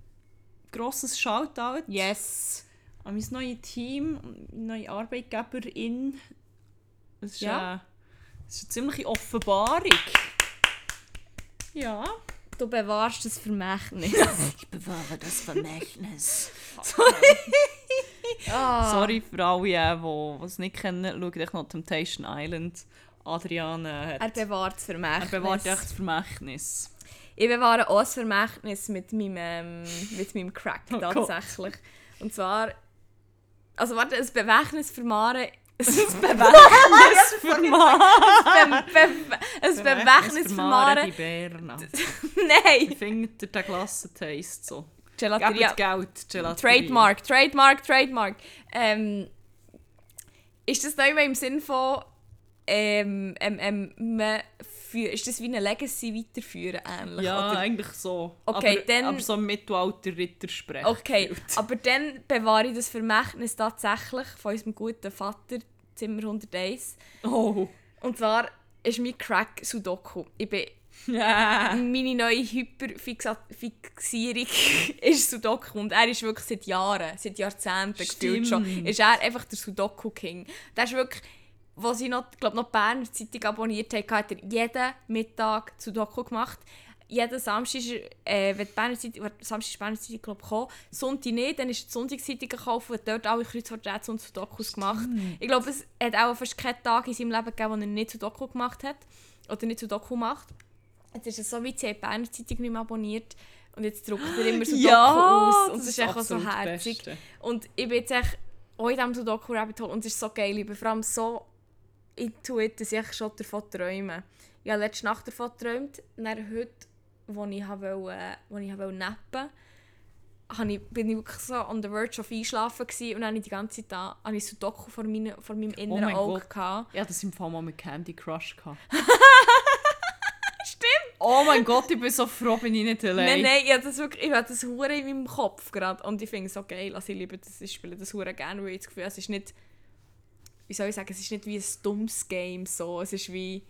grosses Shoutout
Yes.
an mein neues Team, meine neue Arbeitgeberin. Es ist,
Ja.
äh, es ist eine ziemliche Offenbarung. Ja.
Du bewahrst das Vermächtnis.
Ich bewahre das Vermächtnis.
Ah.
Sorry für alle, äh, die die es nicht kennen, schaut euch noch Temptation Island. eh, Adriane hat,
Er bewahrt das Vermächtnis.
er bewahrt echt das Vermächtnis.
Ich bewahre auch das Vermächtnis mit meinem, ähm, mit meinem Crack
Oh Gott.
tatsächlich. Und zwar. Also, warte, ein Bewächtnis vermahren. Ein Ah,
Bewächtnis
Be Be ein Bewächtnis vermahren.
Die Berna.
Nein!
Findet ihr den Glassentaste so? Gebt
Gelateria.
ja. Geld, Gelateria.
Ah, Trademark, Trademark, Trademark. Ähm, ist das neu im Sinn von. Ähm, ähm, ähm, man für, ist das wie eine Legacy weiterführen ähnlich?
Ja,
oder?
eigentlich so.
Okay,
aber,
dann-
aber so im Mittelalter Ritter sprechen.
Okay, aber dann bewahre ich das Vermächtnis tatsächlich von unserem guten Vater, Zimmer 101.
Oh,
Und zwar ist mein Crack Sudoku. Ich bin
Ja.
Meine neue Hyperfixierung ist Sudoku und er ist wirklich seit Jahren, seit Jahrzehnten gefühlt schon,
Stimmt.
ist er einfach der Sudoku-King. Der ist wirklich, was ich noch, glaub, noch die Berner Zeitung abonniert habe, hat er jeden Mittag Sudoku gemacht. Jeden Samstag, ist er, äh, wenn die Berner Zeitung, oder Samstag ist die Berner Zeitung glaub, gekommen, Sonntag nicht, dann ist die Sonntagszeitung gekauft und hat dort alle Kreuzworträtsel und Sudokus gemacht. Ich glaube, es hat auch fast keinen Tag in seinem Leben gegeben, wo er nicht Sudoku gemacht hat oder nicht Sudoku macht. Jetzt ist es so weit, sie hat die Berner Zeitung nicht mehr abonniert und jetzt druckt er immer so
Ja,
aus und
das
es ist
ist
einfach so
absolut das
herzig.
Beste.
Und ich bin jetzt echt auch in diesem Sudoku Rabbit Hole und es ist so geil, ich bin vor allem so into it, dass ich echt schon davon träume. Ich habe letzte Nacht davon geträumt, und dann heute, als ich, wollte, wo ich wollte nappen habe ich, bin ich wirklich so on the verge of einschlafen gewesen, und dann habe ich die ganze Zeit da, habe ich Sudoku vor, meine, vor meinem inneren
Oh mein
Auge
Gott.
gehabt.
Ich hatte das im Fall mal mit Candy Crush. Gehabt. Stimmt! Oh mein Gott, ich bin so froh, bin ich nicht allein.
Nein, nein, ich habe das wirklich, ich habe das hure in meinem Kopf gerade und ich finde es so geil, also ich liebe das, ich spiele das hure gerne, weil ich das Gefühl habe, es ist nicht, wie soll ich sagen, es ist nicht wie ein dummes Game so, es ist wie,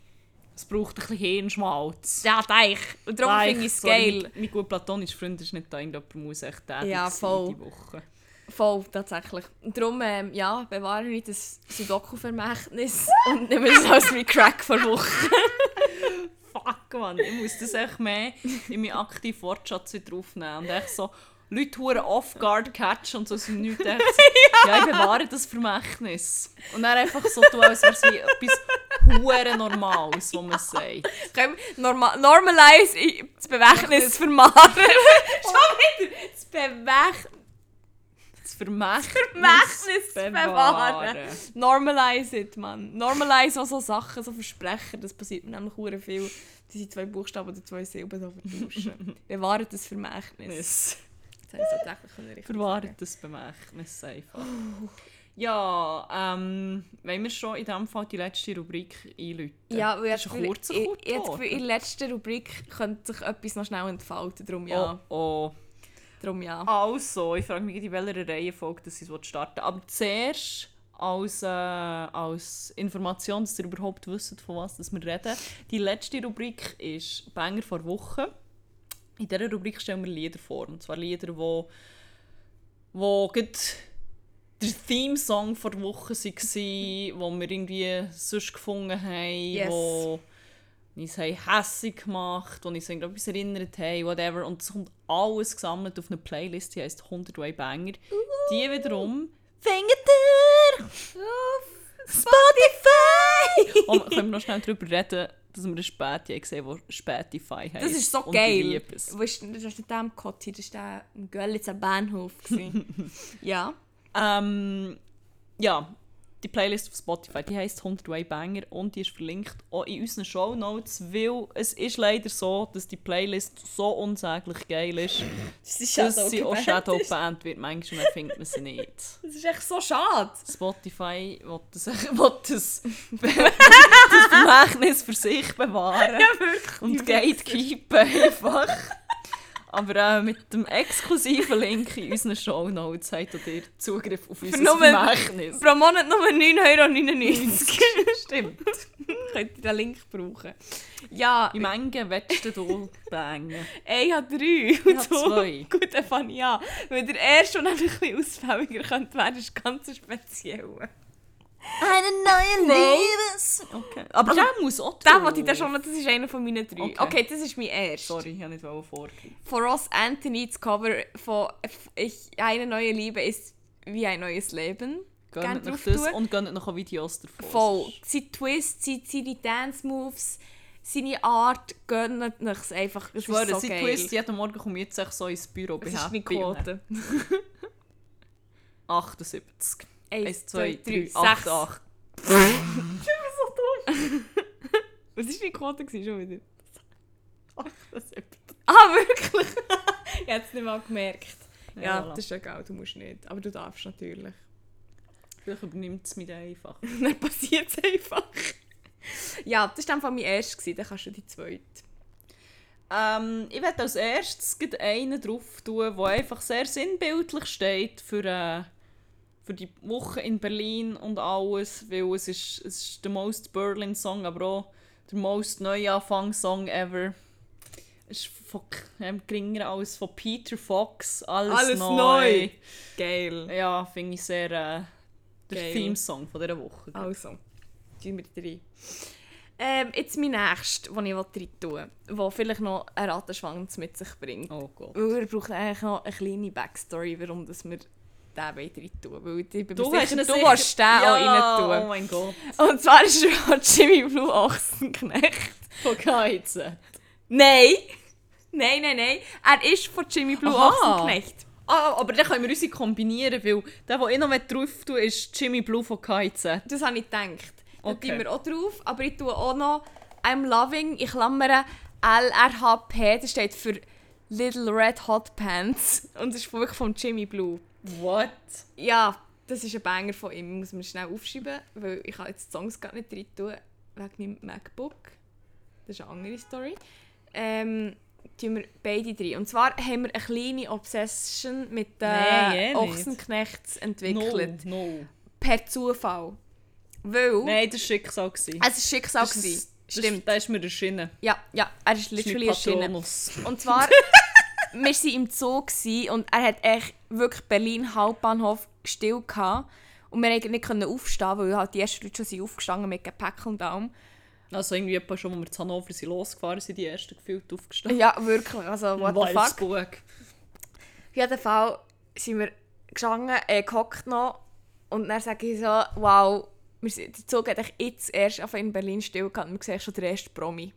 Es braucht ein bisschen Hirnschmalz.
ja, Teich, und darum
Nein,
finde ich es
sorry,
geil.
Mein, mein gut platonischer Freund ist nicht da, irgendjemand muss echt tätig
Ja,
ja, voll.
voll.
sein die Woche.
Voll, tatsächlich. Und darum, ähm, ja, bewahre ich das Sudoku-Vermächtnis und nehme es als mein Crack vor Woche.
Fuck, Mann, ich muss das echt mehr in meinen aktiven Wortschatz wieder aufnehmen. Und echt so Leute hure off-guard catchen und so aus dem Nichts echt so, ja, ich bewahre das Vermächtnis. Und dann einfach so tun, als wäre es wie etwas hure Normales, was man sagt.
Können wir norma normalize i- das Bewächtnis zu vermahren. Schon wieder das Bewächt
Das Vermächtnis,
Vermächtnis zu
bewahren.
bewahren. Normalize it, Mann. Normalize auch so Sachen, so Versprechen, das passiert mir nämlich hure viel. Diese zwei Buchstaben oder zwei Silben so vertauschen. Bewahre das Vermächtnis.
Vermächtnis.
Das habe ich tatsächlich können richtig
Verwahrt
sagen.
das Bemächtnis einfach. Ja, ähm, wollen wir schon in diesem Fall die letzte Rubrik einläuten?
Ja, weil
das
ich
ist
habe
ein
das
kurzer
Gefühl, ich-
Kurt
ich habe das Gefühl, in
geworden.
der letzten Rubrik könnte sich etwas noch schnell entfalten. Darum ja.
Oh, Ah, oh.
Darum ja.
Also, ich frage mich, in welcher Reihenfolge dass ich es starten will. Aber zuerst als, äh, als Information, dass ihr überhaupt wisst, von was dass wir reden. Die letzte Rubrik ist «Banger vor Woche». In dieser Rubrik stellen wir Lieder vor. Und zwar Lieder, die wo gerade der Theme-Song vor der Woche waren, wo wir irgendwie sonst gefunden haben,
Yes.
wo uns haben hässig gemacht, wo uns an etwas erinnert haben, whatever. Und es kommt alles gesammelt auf eine Playlist, die heisst 100 Way Banger. Die wiederum findet ihr auf Spotify! oh, man- können wir noch schnell darüber reden, dass wir eine Späti gesehen haben, die Spätify heisst.
Das ist so
Und ich
geil.
liebe es.
Wo ist, das ist nicht der im Kott, hier, das ist der im Görlitzer Bahnhof. gewesen. ja.
Ähm, ja, die Playlist auf Spotify, die heisst 100 Way Banger und die ist verlinkt auch in unseren Show Notes, weil es ist leider so, dass die Playlist so unsäglich geil ist,
Das ist
dass sie auch Shadow Band wird. Manchmal findet man sie nicht.
Das ist echt so schade.
Spotify will das, will das, das Vermächtnis für sich bewahren und gatekeepen einfach. Aber äh, mit dem exklusiven Link in unseren Show Notes habt ihr Zugriff auf unser
Nur-
Vermächtnis.
Pro Monat nur 9,99 Euro.
Stimmt.
Könnt ihr den Link brauchen? Ja,
In Mengen willst du bängen.
ich habe drei.
Ich habe zwei.
Gut, dann fange ich an. Weil der erste, der ein bisschen ausfälliger könnte werden, ist ganz speziell.
Eine neue Liebes.
Okay. Aber der muss auch
Der,
drauf.
wollte ich dann schon noch, das ist einer von meinen drei. Okay,
Okay.
das ist mein erster.
Sorry, ich habe nicht vorgegeben.
Von Ross Anthony das Cover von F- ich, «Eine neue Liebe ist wie ein neues Leben». Gerne
Gönnt
drauf
noch das
tun.
und gönnt noch Videos davon.
Voll. Sein Twist, seine, seine Dance-Moves, seine Art, gönnt euch es einfach. Es
Ich schwöre,
ist so
seit
geil.
Twist, jeden Morgen komme ich jetzt echt so ins Büro.
Das
bin
ist
happy.
meine Quote.
78.
Eins,
1, 2, 3, 8,
8,
8.
Was war meine Quote gewesen, schon wieder?
Das ist etwas.
Ah, wirklich? ich hätte es nicht mal gemerkt. Ja,
voilà.
das ist egal, du musst nicht. Aber du darfst natürlich.
Vielleicht übernimmt es mich dann einfach.
Dann passiert es einfach. ja, das war einfach mein erster, gewesen, dann kannst du die zweite.
Ähm, ich werde als erstes gleich einen drauf tun, der einfach sehr sinnbildlich steht für, äh, für die Woche in Berlin und alles, weil es ist, es ist der most Berlin Song, aber auch Der most Neuanfang-Song ever. Ist von ähm, geringer als von Peter Fox. Alles,
Alles
neu.
neu. Geil.
Ja, finde ich sehr. Äh, der
Geil.
Theme-Song von dieser Woche.
Also, tun wir rein. Ähm, jetzt mein nächstes, den ich rein tun will, der vielleicht noch einen Rattenschwanz mit sich bringt.
Oh Gott.
Weil er braucht eigentlich noch eine kleine Backstory, warum dass wir den rein tun wollen. Weil ich bin
Du
mir
hast
sicher,
ihn
du
sicher-
willst den
ja,
auch rein
Oh
tun.
mein Gott.
Und zwar ist er von Jimmy Blue Ochsenknecht.
Von Geizen.
Nein! Nein, nein, nein. Er ist von Jimmy Blue
Aha.
Ochsenknecht.
Ah, aber dann können wir unsere kombinieren, weil der, den ich noch drauf tue, ist Jimmy Blue von KIZ.
Das habe ich gedacht. Da
Okay.
okay. tun wir auch drauf. Aber ich tue auch noch I'm loving, ich klammere LRHP, das steht für Little Red Hot Pants. Und das ist wirklich von Jimmy Blue.
What?
Ja, das ist ein Banger von ihm, muss man schnell aufschreiben, weil ich kann jetzt die Songs gar nicht rein tun, wegen meinem MacBook. Das ist eine andere Story. Ähm, tun wir beide drei. Und zwar haben wir eine kleine Obsession mit den
Nee, eh nicht.
Ochsenknechts entwickelt.
No, no.
Per Zufall. Weil...
Nein, das war Schicksal. gewesen.
Es Ah, war Schicksal.
Das
gewesen.
ist- das
Stimmt.
ist- Da ist mir erschienen.
Ja, ja, er
Das ist
ist literally
mein
erschienen.
Patronus.
Und zwar, wir waren im Zoo gewesen und er hat echt wirklich Berlin Hauptbahnhof still gehabt. Und wir konnten nicht aufstehen, weil halt die ersten Leute schon sind aufgestanden mit Gepäck und allem.
Also irgendwie etwa schon, als wir zu Hannover sind losgefahren sind, die ersten gefühlt aufgestanden.
Ja, wirklich, also what the fuck.
Waldsburg.
Auf jeden Fall sind wir gestanden, äh, gehockt noch. Und dann sage ich so, wow, wir sind, der Zug hat echt jetzt erst auf in Berlin still gehabt und wir sehen schon den ersten Promi.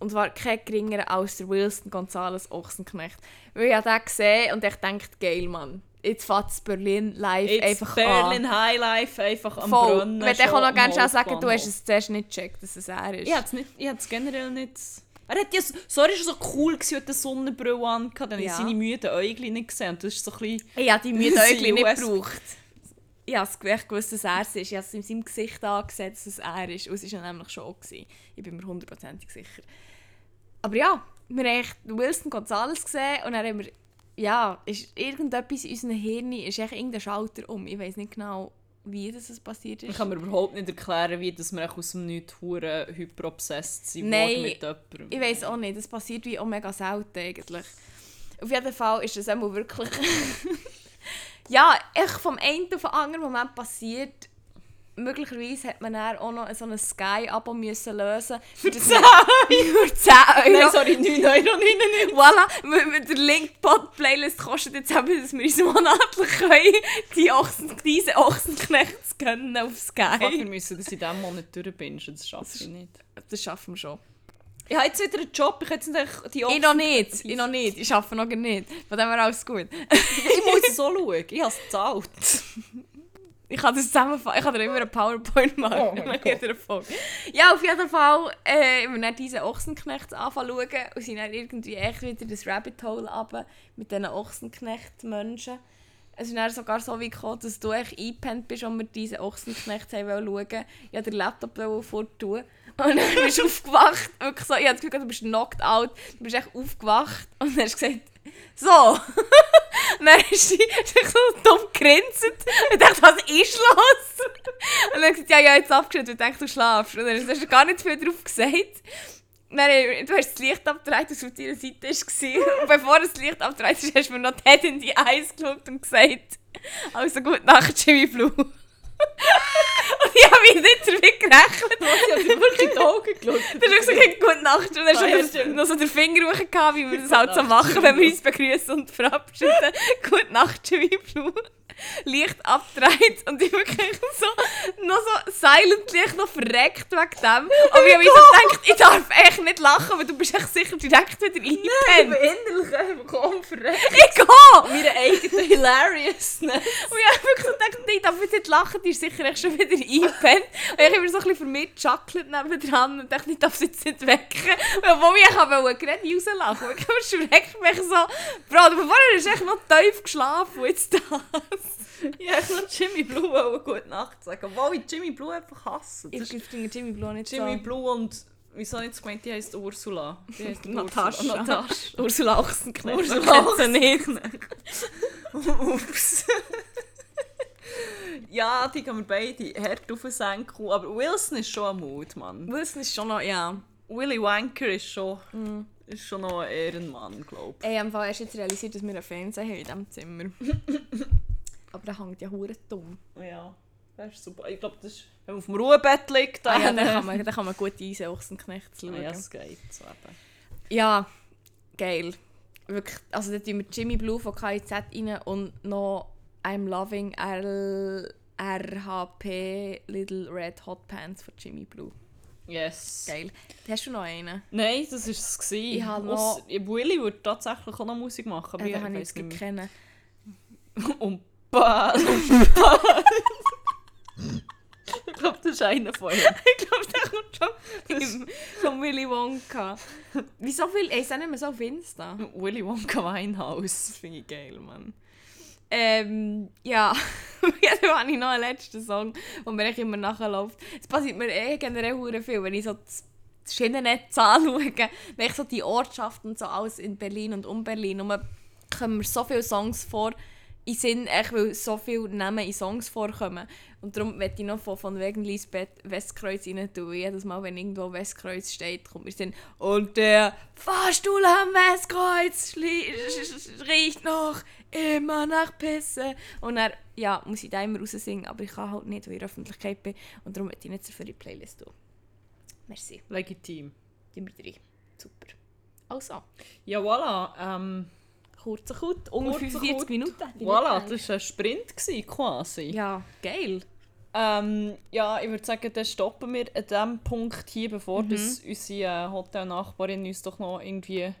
Und zwar kein geringer als der Wilson Gonzales Ochsenknecht. Weil ich habe den gesehen und ich dachte, geil, Mann, jetzt fährt das Berlin live
Jetzt
einfach
Berlin
an.
Highlife, einfach am
Voll.
Brunnen.
Wenn ich
schon
auch noch
am
gerne schnell sagen, du
Hauptbahnhof.
hast es zuerst nicht gecheckt, dass es er ist.
Ich hab's nicht, ich hab's generell nicht... Er hat ja... so- So er war so cool, gewesen, hat eine Sonnenbrille an, dann habe ich
Ja.
seine müden Äuglein nicht gesehen. Und das ist so ein bisschen...
Ich habe die Mühe
Das
eigentlich nicht
US
gebraucht. Ich habe es ich gewusst, dass er es ist. Ich habe es in seinem Gesicht angesehen, dass es er ist. Und es war ja nämlich schon auch. Gewesen. Ich bin mir hundertprozentig sicher. Aber ja, wir haben echt Wilson Gonzales gesehen und dann haben wir... Ja, ist irgendetwas in unserem Hirn ist echt irgendein Schalter um. Ich weiß nicht genau, wie das es passiert
Ich
ist.
kann mir überhaupt nicht erklären, wie dass wir echt aus dem Nichts hure hyperobsessed sind
Nein,
worden mit jemandem.
Ich weiß auch nicht, das passiert wie auch mega selten eigentlich. Auf jeden Fall ist das einmal wirklich... ja, echt vom einen auf den anderen Moment passiert. Möglicherweise hat man dann auch noch so ein Sky-Abo müssen lösen Für 10 Euro! Für 10 Euro!
Nein, sorry, nou, 9 Euro nicht.
Voilà, weil- weil der Link-Pod-Playlist kostet jetzt eben, dass wir uns monatlich können, die Ochsen, diese Ochsenknechts gönnen auf
Fuck, dus wir
Sky.
müssen das in diesem Monat durchbingen, das schaffe ich nicht.
Das schaffen wir schon.
Ich habe jetzt wieder einen Job, ich hätte jetzt nicht die
Ich noch nicht, ich noch nicht, ich schaffe noch nicht. Von dem her alles gut.
Ich muss so schauen, ich habe es gezahlt.
Ich kann das zusammenfassen. Ich kann dir immer einen PowerPoint machen.
Oh mein
Nach jeder Folge. Ja, auf jeden Fall, äh, wenn wir dann diese Ochsenknechts anfangen zu schauen und sind dann irgendwie echt wieder das Rabbit Hole runter mit diesen Ochsenknecht-Menschen. Es ist dann sogar so weit gekommen, dass du dus echt eingepennt bist, als wir diese Ochsenknechts haben wollen schauen. Ich wollte den Laptop wollen fort tun. Und dann bist du aufgewacht. Wirklich so, ich habe das Gefühl, du bist knocked out. Du bist echt aufgewacht und dann hast du gesagt, so. Und dann ist sie sich so dumm gegrinst. Ich dachte, was ist los? Und dann hat sie gesagt, ja, ja, jetzt abgeschnitten. Ich dachte, du schlafst. Und dann hast du gar nicht viel drauf gesagt. Und Dann, äh, du hast das Licht abgedreht, das auf deiner Seite war. Und bevor du das Licht abgedreht hast, hast du mir noch dead in die Eyes geschaut und gesagt, also gute Nacht, Jimmy Blue. und ich habe mich nicht zurückgerechnet.
Ich habe dir wirklich in die Augen geschaut.
Dann hast du gesagt, gute Nacht. Und dann hast
Ah, ja,
du noch-
stimmt.
noch so den Finger hoch gehabt, wie wir das halt so
Nacht,
machen, wenn wir
Jimmy.
uns begrüßen und verabschieden. gute Nacht, Jimmy Blue. Licht abgedreht und ich wirklich so, noch so silently noch verreckt wegen dem. Und ich habe mir so gedacht, ich darf echt nicht lachen, aber du bist echt sicher direkt wieder eingepennt.
innerlich einfach umverreckt.
Ich gehe!
Meine eigene Hilariousness.
Und ich habe wirklich so gedacht, nein, darf ich nicht lachen, die ist sicher echt schon wieder eingepennt. Und ich habe immer so ein bisschen für mich geschackelt nebendran und dachte, ich darf sie jetzt nicht wecken. Und obwohl ich habe gerade rauslachen wollte, ich schreckt mich so. Bro, du vorher hast du echt noch tief geschlafen und jetzt das.
Ich wollte nur Jimmy Blue wollen gute Nacht sagen, obwohl ich Jimmy Blue einfach hasse. Das ist
Ich finde Jimmy Blue nicht
Jimmy Blue und... Wieso nicht gemeint, die heisst Ursula? Die heisst
Natascha.
Ursula. Natascha.
Ursula Ochsenknecht.
Ursula
Man kennt sie nicht.
Ups. ja, die gehen wir beide hart auf den Senkel. Aber Wilson ist schon ein Mut, Mann.
Wilson ist schon noch, ja.
Willy Wanker ist schon,
Mhm.
ist schon noch ein Ehrenmann, glaube
Ey, am Fall hast du jetzt realisiert, dass wir einen Fernseher haben in diesem Zimmer. Aber der hängt ja hure dumm.
ich. Ja, das ist super. Ich glaube, das ist, wenn man auf dem Ruhebett liegt,
Ah,
dann,
ja, dann kann man, dann kann man gut Eisenachsenknecht
Ah,
schauen.
ja, es geht. So eben.
Ja, geil. Wirklich, also da tun wir Jimmy Blue von KIZ rein und noch I'm Loving L RHP Little Red Hot Pants von Jimmy Blue.
Yes.
Geil. Hast du noch einen?
Nein, das war es. gewesen.
Ich habe noch-
Ausser- Willy würde tatsächlich auch noch Musik machen.
Äh,
aber
den habe ich
Oh weiss
jetzt gerade
nicht
kennen.
mehr. Und Ball. ich glaube, das ist einer von ihnen.
ich glaube, der kommt schon von Willy Wonka. Wieso viel? Ey, sind nicht mehr so auf Insta.
Willy Wonka Winehouse. Finde ich Oh, geil, Mann.
Ähm, ja. Dann habe ich noch einen letzten Song, der mir echt immer nachläuft. Es passiert mir eh generell hure viel, wenn ich so das das Schienennetz anschaue. Wenn ich so die Ortschaften und so alles in Berlin und um Berlin und kommen mir so viele Songs vor. In Sinn, echt, weil so viele Namen in Songs vorkommen. Und darum möchte ich noch von, von wegen Lisbeth Westkreuz rein tun. weil Jedes Mal, wenn irgendwo Westkreuz steht, kommt mir Sinn. Und der Fahrstuhl am Westkreuz schli- sch- sch- riecht noch immer nach Pisse. Und dann, ja, muss ich da immer raus singen, aber ich kann halt nicht, weil ich in der Öffentlichkeit bin. Und darum möchte ich nicht so für die Playlist tun. Merci.
Legitim.
Nummer 3. Super. Also,
Ja, voilà. Ähm,
kurzer Kut, ungefähr
Kurzer
45
Kut.
Minuten. hätte ich
voilà,
nicht gedacht.
das war ein Sprint gewesen, quasi.
Ja, geil.
Ähm, ja, ich würde sagen, dann stoppen wir an diesem Punkt hier, bevor
Mhm.
das unsere äh, Hotelnachbarin uns doch noch irgendwie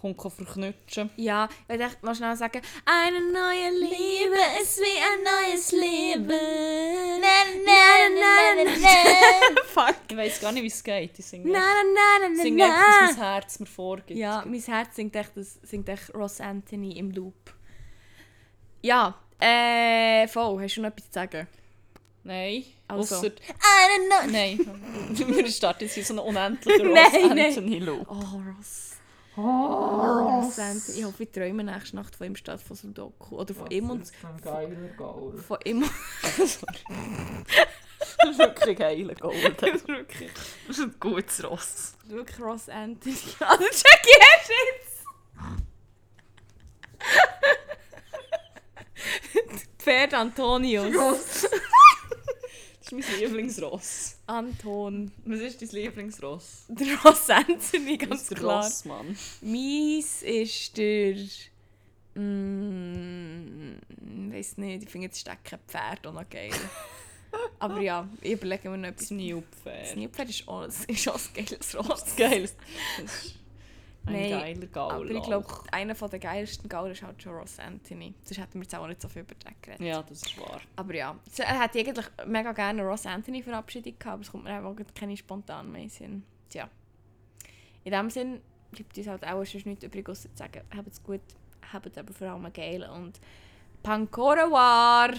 kommt kann verknutschen
Ja, ich wollte echt mal schnell sagen, eine neue Liebe.
Liebe ist wie ein neues Leben.
Fuck.
Ich weiß gar nicht, wie es geht. Ich singe,
Na, na, na, na,
singe einfach, was
na,
mein Herz mir vorgibt.
Ja, mein Herz singt echt, das, singt echt Ross Anthony im Loop. Ja, äh, voll. Hast du noch etwas zu sagen?
Nein.
Also.
Ausser,
Eine neue
nein. wir starten jetzt in so einen unendlichen
Nein, nein.
Ross-Anthony-Loop.
Oh, Ross. Oh, Ross Anthony. Ich hoffe, ich träume nächste Nacht von ihm statt von Sudoku. Oder von ihm und... Von ihm und...
Das ist wirklich ein geiler Golden.
Wirklich.
Das ist ein gutes Ross.
Wirklich Ross Anthony. Also Jackie Hashins! Pferd Antonius.
Das ist mein Lieblingsross.
Anton.
Was ist dein Lieblingsross?
Der Ross Anthony,
Das
ganz
ist der
klar.
Ross, Mann.
Mies ist der. Mm, weiß nicht, ich finde jetzt stecken Pferd auch noch geil. Aber ja, ich überlege mir noch
Das
etwas. Das
Nilpferd.
Nilpferd ist auch, ist auch ein geiles Ross.
Geil. Das ist ein
Nein,
geiler Gaul.
Aber ich glaube, einer von der geilsten Gaulen ist halt schon Ross Anthony. Sonst hätten wir jetzt auch nicht so viel über den geredet.
Ja, das ist wahr.
Aber ja, so, er hätte eigentlich mega gerne eine Ross Anthony Verabschiedung gehabt, aber es kommt mir einfach gerade keine spontan mehr in den Sinn. Tja. In dem Sinn bleibt uns halt auch sonst nichts übrig, ausser zu sagen, habt es gut, habt aber vor allem einen geilen und Pankora war!